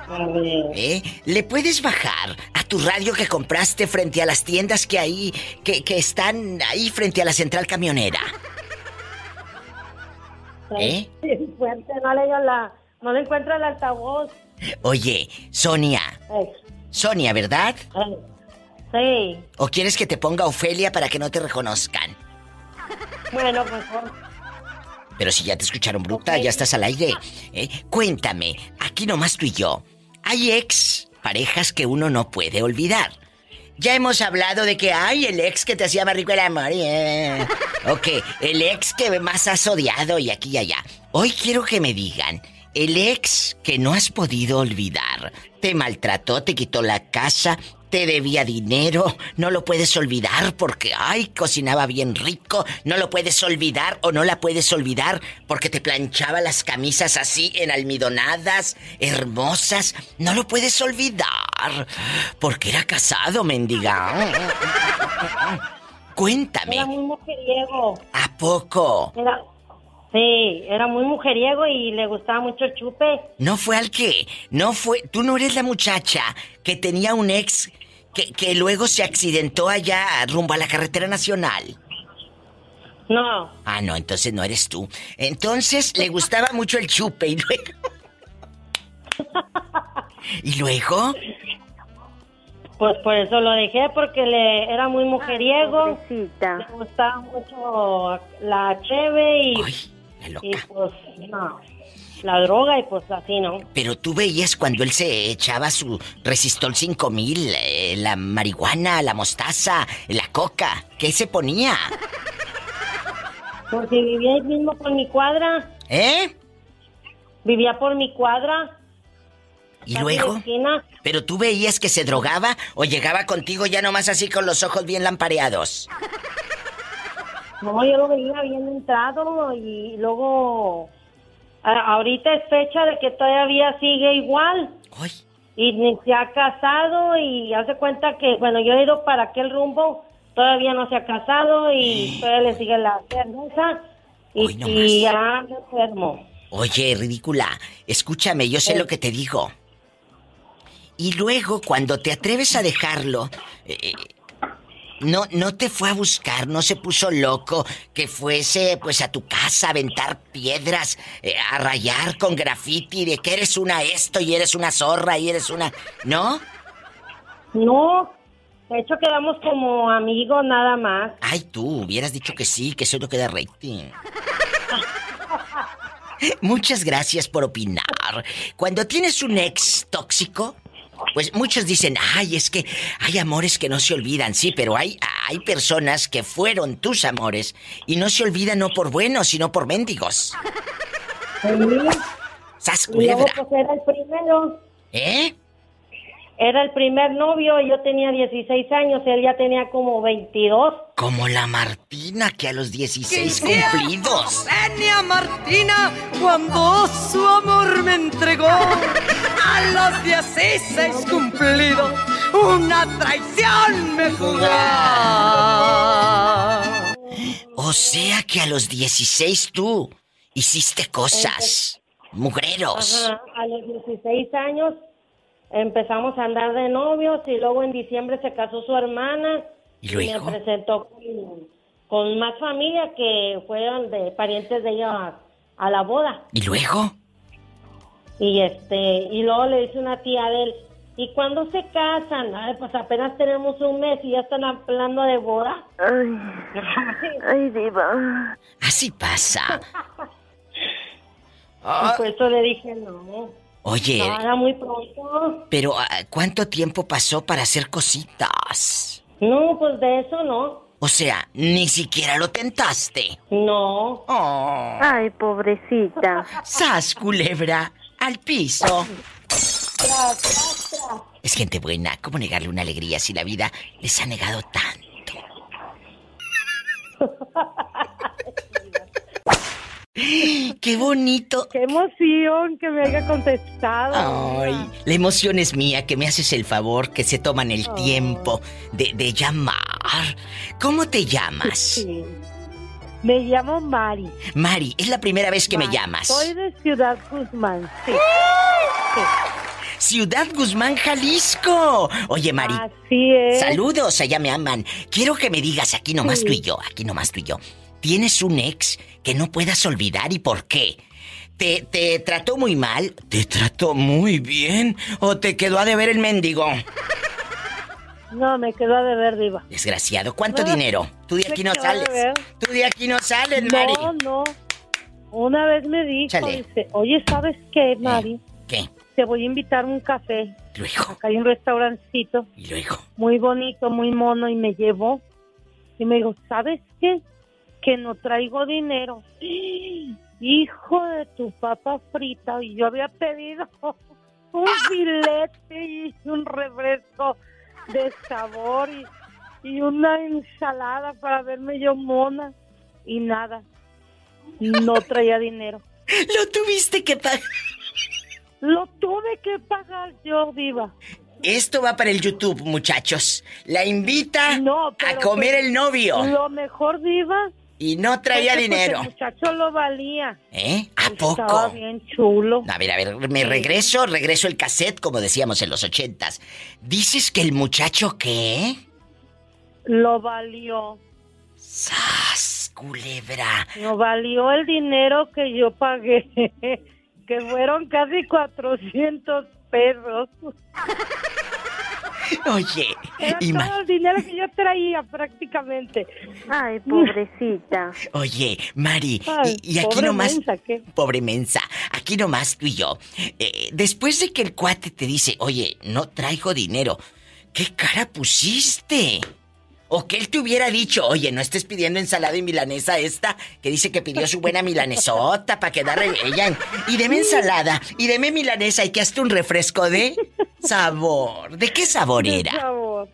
S1: a ver,
S3: ¿Eh? ¿Le puedes bajar a tu radio que compraste frente a las tiendas que ahí, que, que están ahí frente a la central camionera? ¿Eh?
S1: fuerte, no le digas la, no le encuentro el altavoz.
S3: ¿Eh? Oye, Sonia.
S1: Eh,
S3: Sonia, ¿verdad?
S1: eh, sí,
S3: ¿O quieres que te ponga Ofelia para que no te reconozcan?
S1: bueno, mejor.
S3: Pero si ya te escucharon bruta, ya estás al aire. ¿eh? Cuéntame, aquí nomás tú y yo. Hay ex parejas que uno no puede olvidar. Ya hemos hablado de que hay el ex que te hacía más rico el amor. eh. Ok, el ex que más has odiado y aquí y allá. Hoy quiero que me digan, el ex que no has podido olvidar, te maltrató, te quitó la casa, te debía dinero, no lo puedes olvidar porque, ay, cocinaba bien rico, no lo puedes olvidar o no la puedes olvidar porque te planchaba las camisas así en almidonadas, hermosas, no lo puedes olvidar porque era casado, mendiga.
S1: Era
S3: Cuéntame,
S1: muy mujeriego.
S3: ¿a poco?
S1: Era, sí, era muy mujeriego y le gustaba mucho el chupe.
S3: ¿No fue al que? ¿No fue? ¿Tú no eres la muchacha que tenía un ex que, que luego se accidentó allá rumbo a la carretera nacional?
S1: No,
S3: Ah, no, entonces no eres tú. Entonces le gustaba mucho el chupe y luego. ¿Y luego?
S1: pues por eso lo dejé, porque le era muy mujeriego.
S4: Pobrecita.
S1: Le gustaba mucho la cheve y,
S3: ¡Ay, la
S1: y
S3: loca!
S1: pues, no, la droga y pues así, ¿no?
S3: Pero tú veías cuando él se echaba su Resistol 5000, eh, la marihuana, la mostaza, la coca. ¿Qué se ponía?
S1: Porque Pues vivía ahí mismo por mi cuadra,
S3: ¿Eh?
S1: vivía por mi cuadra.
S3: ¿Y
S1: casi de
S3: luego?
S1: esquina.
S3: ¿Pero tú veías que se drogaba o llegaba contigo ya nomás así con los ojos bien lampareados?
S1: No, yo lo veía bien entrado y luego a- ahorita es fecha de que todavía sigue igual
S3: ¡Ay!
S1: y ni se ha casado y hace cuenta que, bueno, yo he ido para aquel rumbo, todavía no se ha casado y todavía le sigue la cerveza y,
S3: Hoy no
S1: y ya anda enfermo.
S3: Oye, ridícula, escúchame, yo sé lo que te digo. Y luego, cuando te atreves a dejarlo, eh, no, no te fue a buscar, no se puso loco, que fuese pues a tu casa a aventar piedras, eh, a rayar con graffiti de que eres una esto y eres una zorra y eres una. ¿No?
S1: No, de hecho quedamos como amigos nada más.
S3: Ay, tú, hubieras dicho que sí, que eso es lo que da rating. Muchas gracias por opinar. Cuando tienes un ex tóxico, pues muchos dicen, ay, es que hay amores que no se olvidan, sí, pero hay, hay personas que fueron tus amores y no se olvidan no por buenos, sino por mendigos. ¡Sas
S1: Y luego
S3: culebra!
S1: pues era el primero.
S3: ¿Eh?
S1: Era el primer novio, yo tenía 16 años, él ya tenía como 22.
S3: Como la Martina que a los 16 cumplidos.
S10: Eugenia Martina cuando su amor me entregó a los 16 cumplidos una traición me jugó.
S3: O sea que a los 16 tú hiciste cosas. Mugreros.
S1: Ajá, a los 16 años empezamos a andar de novios y luego en diciembre se casó su hermana
S3: ¿Y
S1: me
S3: luego?
S1: presentó con, con más familia que fueron de parientes de ella a, a la boda.
S3: ¿Y luego?
S1: Y este y luego le dice una tía de él, ¿y cuándo se casan? Ay, pues apenas tenemos un mes y ya están hablando de boda.
S4: Ay, ay, diva.
S3: Así pasa.
S1: Y por eso le dije, no,
S3: Oye,
S1: no, era muy pronto.
S3: pero ah, ¿cuánto tiempo pasó para hacer cositas?
S1: No, pues de eso no,
S3: O sea, ni siquiera lo tentaste.
S1: no.
S3: Oh,
S4: Ay, pobrecita.
S3: sas culebra al piso. Es gente buena. ¿Cómo negarle una alegría si la vida les ha negado tanto? ¡Qué bonito!
S1: ¡Qué emoción que me haya contestado!
S3: Ay, la emoción es mía, que me haces el favor, que se toman el
S1: Ay.
S3: tiempo de, de llamar. ¿Cómo te llamas?
S1: Sí. Me llamo Mari.
S3: Mari, es la primera vez que me llamas.
S1: Soy de Ciudad Guzmán. Sí.
S3: Ciudad Guzmán, Jalisco. Oye, Mari.
S1: Ah, Así es.
S3: Saludos, allá me aman. Quiero que me digas aquí nomás
S1: Sí.
S3: tú y yo, aquí nomás tú y yo. ¿Tienes un ex que no puedas olvidar y por qué? ¿Te, te trató muy mal? ¿Te trató muy bien? ¿O te quedó a deber el mendigo?
S1: No, me quedó a deber, Diva.
S3: Desgraciado, ¿cuánto
S1: No,
S3: dinero? Tú de
S1: Ah, me
S3: aquí no
S1: quedó a
S3: sales.
S1: deber.
S3: Tú de aquí no sales, Mari.
S1: No, no. Una vez me dijo,
S3: Chale. Eh.
S1: dice, oye, ¿sabes qué, Mari?
S3: ¿Qué?
S1: Te voy a invitar a un café.
S3: Luego.
S1: Acá hay un restaurancito.
S3: Y luego.
S1: muy bonito, muy mono, y me llevó. Y me dijo, ¿sabes qué? Que no traigo dinero. Hijo de tu papa frita. Y yo había pedido un filete y un refresco de sabor y, y una ensalada para verme yo mona. Y nada. No traía dinero.
S3: Lo tuviste que pagar.
S1: Lo tuve que pagar yo, Diva.
S3: Esto va para el YouTube, muchachos. La invita a
S1: Pero
S3: comer
S1: pues,
S3: el novio.
S1: Lo mejor, Diva.
S3: Y no traía
S1: Porque, pues,
S3: dinero.
S1: el muchacho lo valía.
S3: ¿Eh? ¿A poco?
S1: Estaba bien chulo.
S3: A ver, a ver, me regreso, regreso el cassette, como decíamos en los ochentas. ¿Dices que el muchacho qué?
S1: Lo valió.
S3: ¡Sas, culebra!
S1: Lo valió el dinero que yo pagué. que fueron casi 400 pesos.
S3: Oye,
S1: Era
S3: ima-
S1: todo el dinero que yo traía prácticamente.
S4: Ay, pobrecita.
S3: Oye, Mari,
S1: Ay,
S3: y, y aquí
S1: pobre
S3: nomás...
S1: mensa, ¿qué?
S3: Pobre mensa, aquí nomás tú y yo. Eh, después de que el cuate te dice, oye, no traigo dinero, ¿qué cara pusiste? O que él te hubiera dicho, oye, no estés pidiendo ensalada y milanesa esta, que dice que pidió su buena milanesota para quedar en ella. en- Y deme ensalada, y deme milanesa, y que hazte un refresco de sabor. ¿De qué sabor
S1: Por
S3: era?
S1: favor.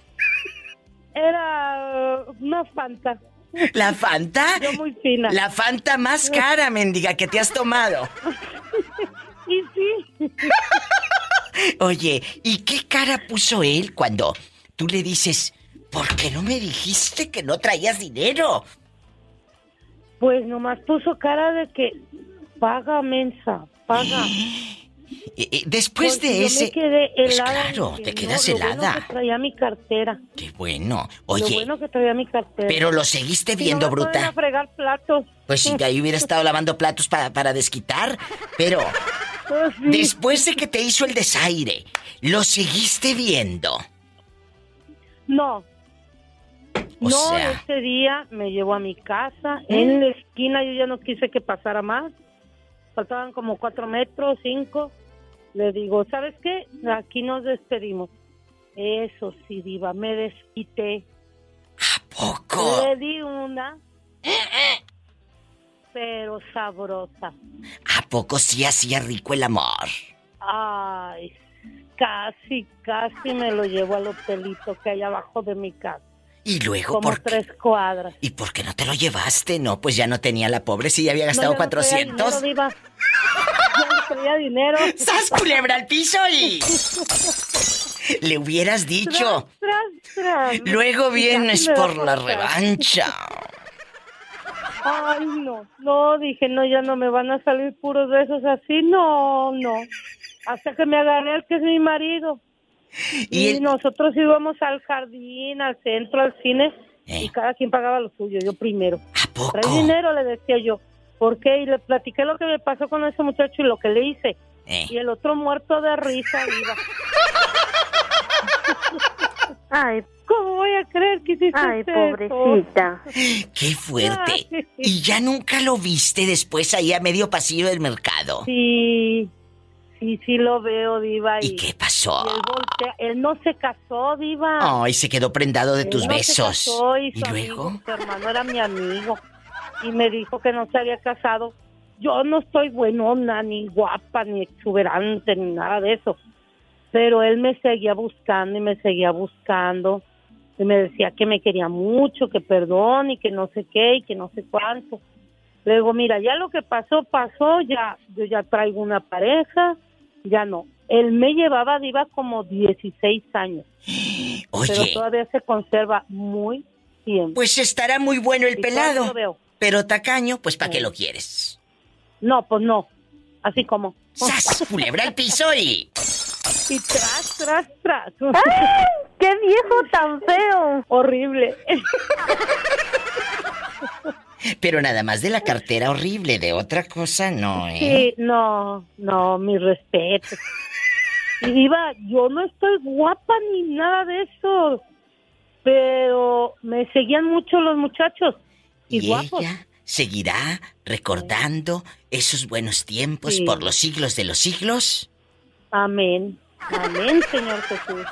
S1: Era eh, una fanta.
S3: ¿La Fanta?
S1: Yo muy fina.
S3: La Fanta más cara, mendiga, que te has tomado.
S1: Y sí,
S3: Oye, ¿y qué cara puso él cuando tú le dices, ¿por qué no me dijiste que no traías dinero?
S1: pues nomás puso cara de que paga mensa, paga.
S3: Eh, eh, después
S1: Porque
S3: de
S1: yo
S3: ese...
S1: Me quedé
S3: Pues
S1: helada,
S3: claro,
S1: dije,
S3: te
S1: no,
S3: quedas
S1: lo
S3: helada.
S1: Bueno que traía mi cartera.
S3: Qué bueno.
S1: Lo
S3: Oye,
S1: bueno que traía mi cartera.
S3: pero lo seguiste
S1: Si no
S3: viendo,
S1: me ponen
S3: bruta.
S1: a fregar platos.
S3: Pues si de ahí hubiera estado lavando platos para, para desquitar, pero
S1: Pues sí.
S3: después de que te hizo el desaire, lo seguiste viendo.
S1: No.
S3: O
S1: no,
S3: sea-
S1: ese día me llevó a mi casa.
S3: ¿Eh?
S1: En la esquina yo ya no quise que pasara más. Faltaban como cuatro metros, cinco. Le digo, ¿sabes qué? Aquí nos despedimos. Eso sí, diva, me desquité.
S3: Poco.
S1: Le di una, pero sabrosa.
S3: ¿A poco sí hacía rico el amor?
S1: Ay, casi, casi me lo llevo al hotelito que hay abajo de mi casa.
S3: Y luego,
S1: Como
S3: ¿por qué?
S1: tres cuadras.
S3: ¿Y por qué no te lo llevaste? No, pues ya no tenía la pobre, si ya había gastado
S1: No, ya no traía dinero,
S3: 400.
S1: diva. Ya no traía dinero.
S3: ¡Sas culebra al piso y! Le hubieras dicho.
S1: Tras, tras.
S3: Luego
S1: Y
S3: vienes
S1: casi me da
S3: por la
S1: cosas.
S3: revancha.
S1: Ay, no. No, dije, no, ya no me van a salir puros besos así. No, no. Hasta que me agarré al que es mi marido.
S3: Y
S1: Y,
S3: el-
S1: nosotros íbamos al jardín, al centro, al cine, y cada quien pagaba lo suyo, yo primero.
S3: ¿Eh? ¿A poco?
S1: Trae dinero, le decía yo. ¿Por qué? Y le platiqué lo que me pasó con ese muchacho y lo que le hice.
S3: Eh.
S1: Y el otro muerto de risa, viva.
S4: Ay,
S1: ¿Cómo voy a creer que hiciste
S4: ay,
S1: eso?
S4: pobrecita.
S3: ¡Qué fuerte!
S1: Ay.
S3: Y ya nunca lo viste después ahí a medio pasillo del mercado.
S1: Sí, sí, sí lo veo, diva. Y,
S3: ¿Y qué Oh,
S1: y
S3: pasó?
S1: él voltea. Él no se casó, diva.
S3: Ay, se quedó prendado de
S1: Él
S3: tus
S1: no se
S3: besos.
S1: casó y
S3: ¿Y
S1: su
S3: luego?
S1: amigo, su hermano era mi amigo y me dijo que no se había casado yo no soy buenona, ni guapa, ni exuberante, ni nada de eso. Pero él me seguía buscando y me seguía buscando. Y me decía que me quería mucho, que perdón y que no sé qué y que no sé cuánto. Le digo, Oh, mira, ya lo que pasó, pasó, ya, yo ya traigo una pareja, ya no. Él me llevaba diva como 16 años. Pero todavía se conserva muy bien.
S3: Pues estará muy bueno el
S1: ¿Y
S3: pelado.
S1: cuándo veo?
S3: Pero tacaño, pues ¿para qué lo quieres?
S1: No, pues no. Así como.
S3: ¡Sas! Culebra al piso y...
S1: Y tras, tras, tras. ¡Ay! ¡Qué viejo tan feo! Horrible.
S3: Pero nada más de la cartera horrible, de otra cosa no, ¿eh?
S1: Sí, no, no, mi respeto. Y diva, yo no estoy guapa ni nada de eso, pero me seguían mucho los muchachos y,
S3: Y
S1: guapos.
S3: ella seguirá recordando esos buenos tiempos
S1: Sí.
S3: por los siglos de los siglos.
S1: Amén, amén, Señor Jesús.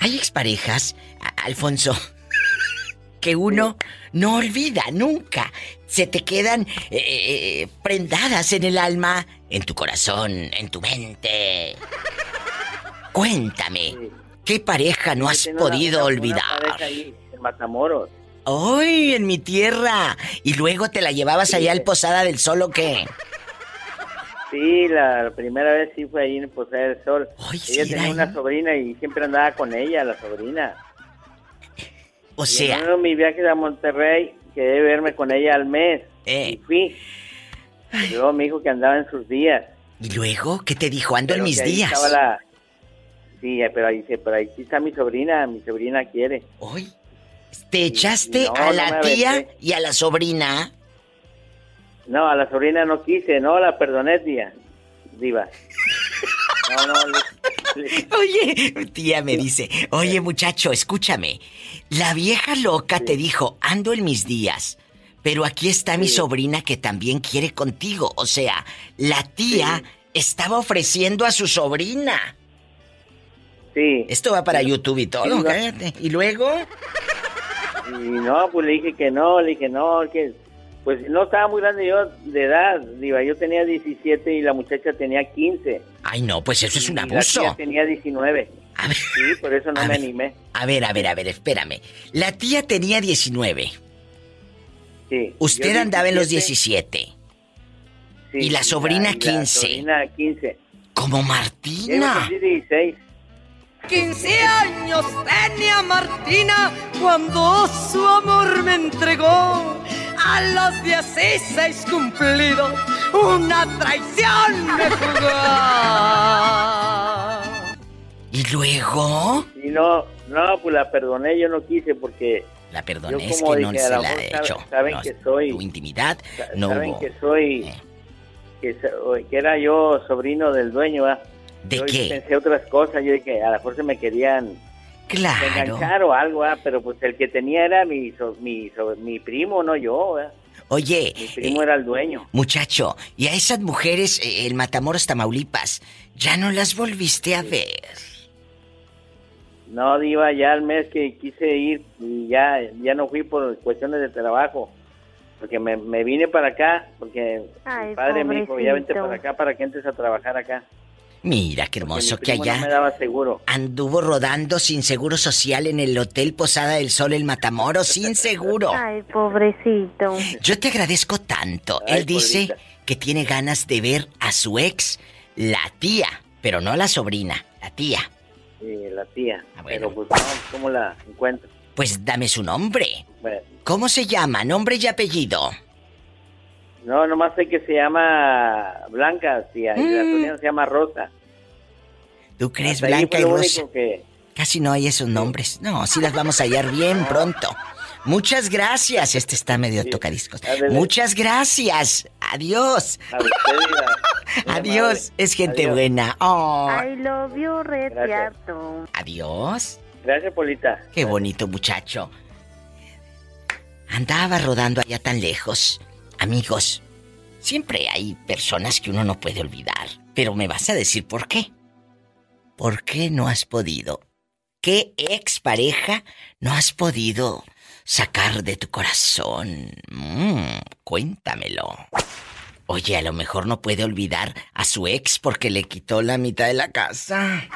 S3: Hay exparejas, a- Alfonso, que uno no olvida nunca. Se te quedan eh, eh, prendadas en el alma, en tu corazón, en tu mente. Cuéntame, ¿qué pareja no Eh, has
S11: Tengo una-
S3: podido
S11: una- una
S3: olvidar?
S11: pareja ahí, en Matamoros.
S3: ¡Ay, en mi tierra! Y luego te la llevabas
S11: Sí.
S3: allá al Posada del Sol o qué.
S11: Sí, la, la primera vez sí fue ahí en
S2: pues,
S11: Posada del Sol. ella
S3: sí, era
S11: tenía una sobrina y siempre andaba con ella, la sobrina.
S3: O
S11: sea. En uno de mis viajes a Monterrey quedé verme con ella al mes. Y
S3: eh,
S11: fui. Y luego me dijo que andaba en sus días.
S3: ¿Y luego qué te dijo? Ando
S11: Pero
S3: en mis
S11: que ahí
S3: días.
S11: estaba la- Sí, eh, pero ahí, dice, pero ahí sí está mi sobrina, mi sobrina quiere.
S3: Hoy ¿Te echaste
S11: No,
S3: a
S11: no
S3: la
S11: me
S3: tía
S11: aventé.
S3: y a la sobrina?
S11: No, a la sobrina no quise, no, la perdoné, tía. Diva. No, no, le- le-
S3: Oye, tía me dice, oye muchacho, escúchame. La vieja loca te dijo, ando en mis días, pero aquí está mi sobrina que también quiere contigo. O sea, la tía estaba ofreciendo a su sobrina.
S11: Sí.
S3: Esto va para YouTube y todo,
S11: Sí, no.
S3: cállate. Y luego,
S11: Y no, pues le dije que no, le dije no, que pues no estaba muy grande yo de edad, diva, yo tenía 17 y la muchacha tenía 15.
S3: ay no, pues eso es un
S11: Y la tía
S3: abuso.
S11: tenía 19. Sí, por eso no me animé.
S3: A ver, a ver, a ver, espérame. La tía tenía 19.
S11: Sí.
S3: Usted
S11: Yo
S3: andaba en los 17.
S11: Sí,
S3: y la sobrina
S11: y
S3: 15.
S11: sobrina 15.
S3: Como
S11: Ya iba a
S3: Martina.
S11: cumplir 16.
S10: 15 años tenía Martina cuando su amor me entregó. A los 16 cumplido, una traición me jugó.
S3: ¿Y luego?
S11: Y no, no, pues la perdoné, yo no quise porque...
S3: La
S11: yo
S3: perdoné, es
S11: como
S3: que
S11: dije,
S3: no
S11: a
S3: se
S11: lo
S3: la
S11: mejor
S3: he
S11: saben-
S3: hecho.
S11: Saben
S3: No,
S11: que soy...
S3: Tu intimidad
S11: Sa-
S3: no
S11: saben
S3: hubo. Eh.
S11: que soy que, so- que era yo sobrino del dueño ¿verdad?
S3: ¿De
S11: yo
S3: qué?
S11: pensé otras cosas yo dije a la fuerza me querían
S3: Claro.
S11: enganchar o algo ¿verdad? pero pues el que tenía era mi so- mi so- mi primo no yo ¿verdad?
S3: Oye, eh,
S11: mi primo era el dueño
S3: muchacho, y a esas mujeres eh, en Matamoros, Tamaulipas, ya no las volviste a ver.
S11: no diva ya al mes que quise ir y ya ya no fui por cuestiones de trabajo porque me, me vine para acá porque
S4: Ay,
S11: mi padre me dijo ya vente
S4: pobrecito.
S11: para acá para que entres a trabajar acá
S3: Mira qué hermoso que
S11: primo no
S3: allá
S11: me daba seguro
S3: anduvo rodando sin seguro social en el Hotel Posada del Sol en Matamoros, sin seguro.
S4: Ay, pobrecito.
S3: Yo te agradezco tanto. Él dice que tiene ganas de ver a su ex, la tía, pero no la sobrina, la tía.
S11: Sí, eh, la tía.
S3: Ah,
S11: Pero pues no, ¿cómo la encuentro?
S3: Pues dame su nombre.
S11: Bueno,
S3: ¿Cómo se llama? Nombre y apellido.
S11: no, nomás sé que se llama Blanca, tía, y
S3: Mm.
S11: la sobrina se llama Rosa.
S3: ¿Tú crees
S11: Hasta ahí
S3: Blanca
S11: fue
S3: y
S11: lo
S3: Rosa?
S11: único que-
S3: Casi no hay esos nombres. No, sí las vamos a hallar bien pronto. Muchas gracias. Este está medio tocadiscos.
S11: ándale.
S3: Muchas gracias. Adiós.
S11: a usted y la- muy
S3: Adiós.
S11: amable.
S3: Es gente
S11: Adiós.
S3: buena. Oh.
S4: Ay, lo vio
S11: Gracias.
S4: retiarto.
S3: Adiós.
S11: Gracias, Polita.
S3: Qué bonito muchacho. Andaba rodando allá tan lejos. Amigos, siempre hay personas que uno no puede olvidar. Pero me vas a decir por qué. ¿Por qué no has podido? ¿Qué expareja no has podido sacar de tu corazón? Mm, cuéntamelo. Oye, a lo mejor no puede olvidar a su ex porque le quitó la mitad de la casa.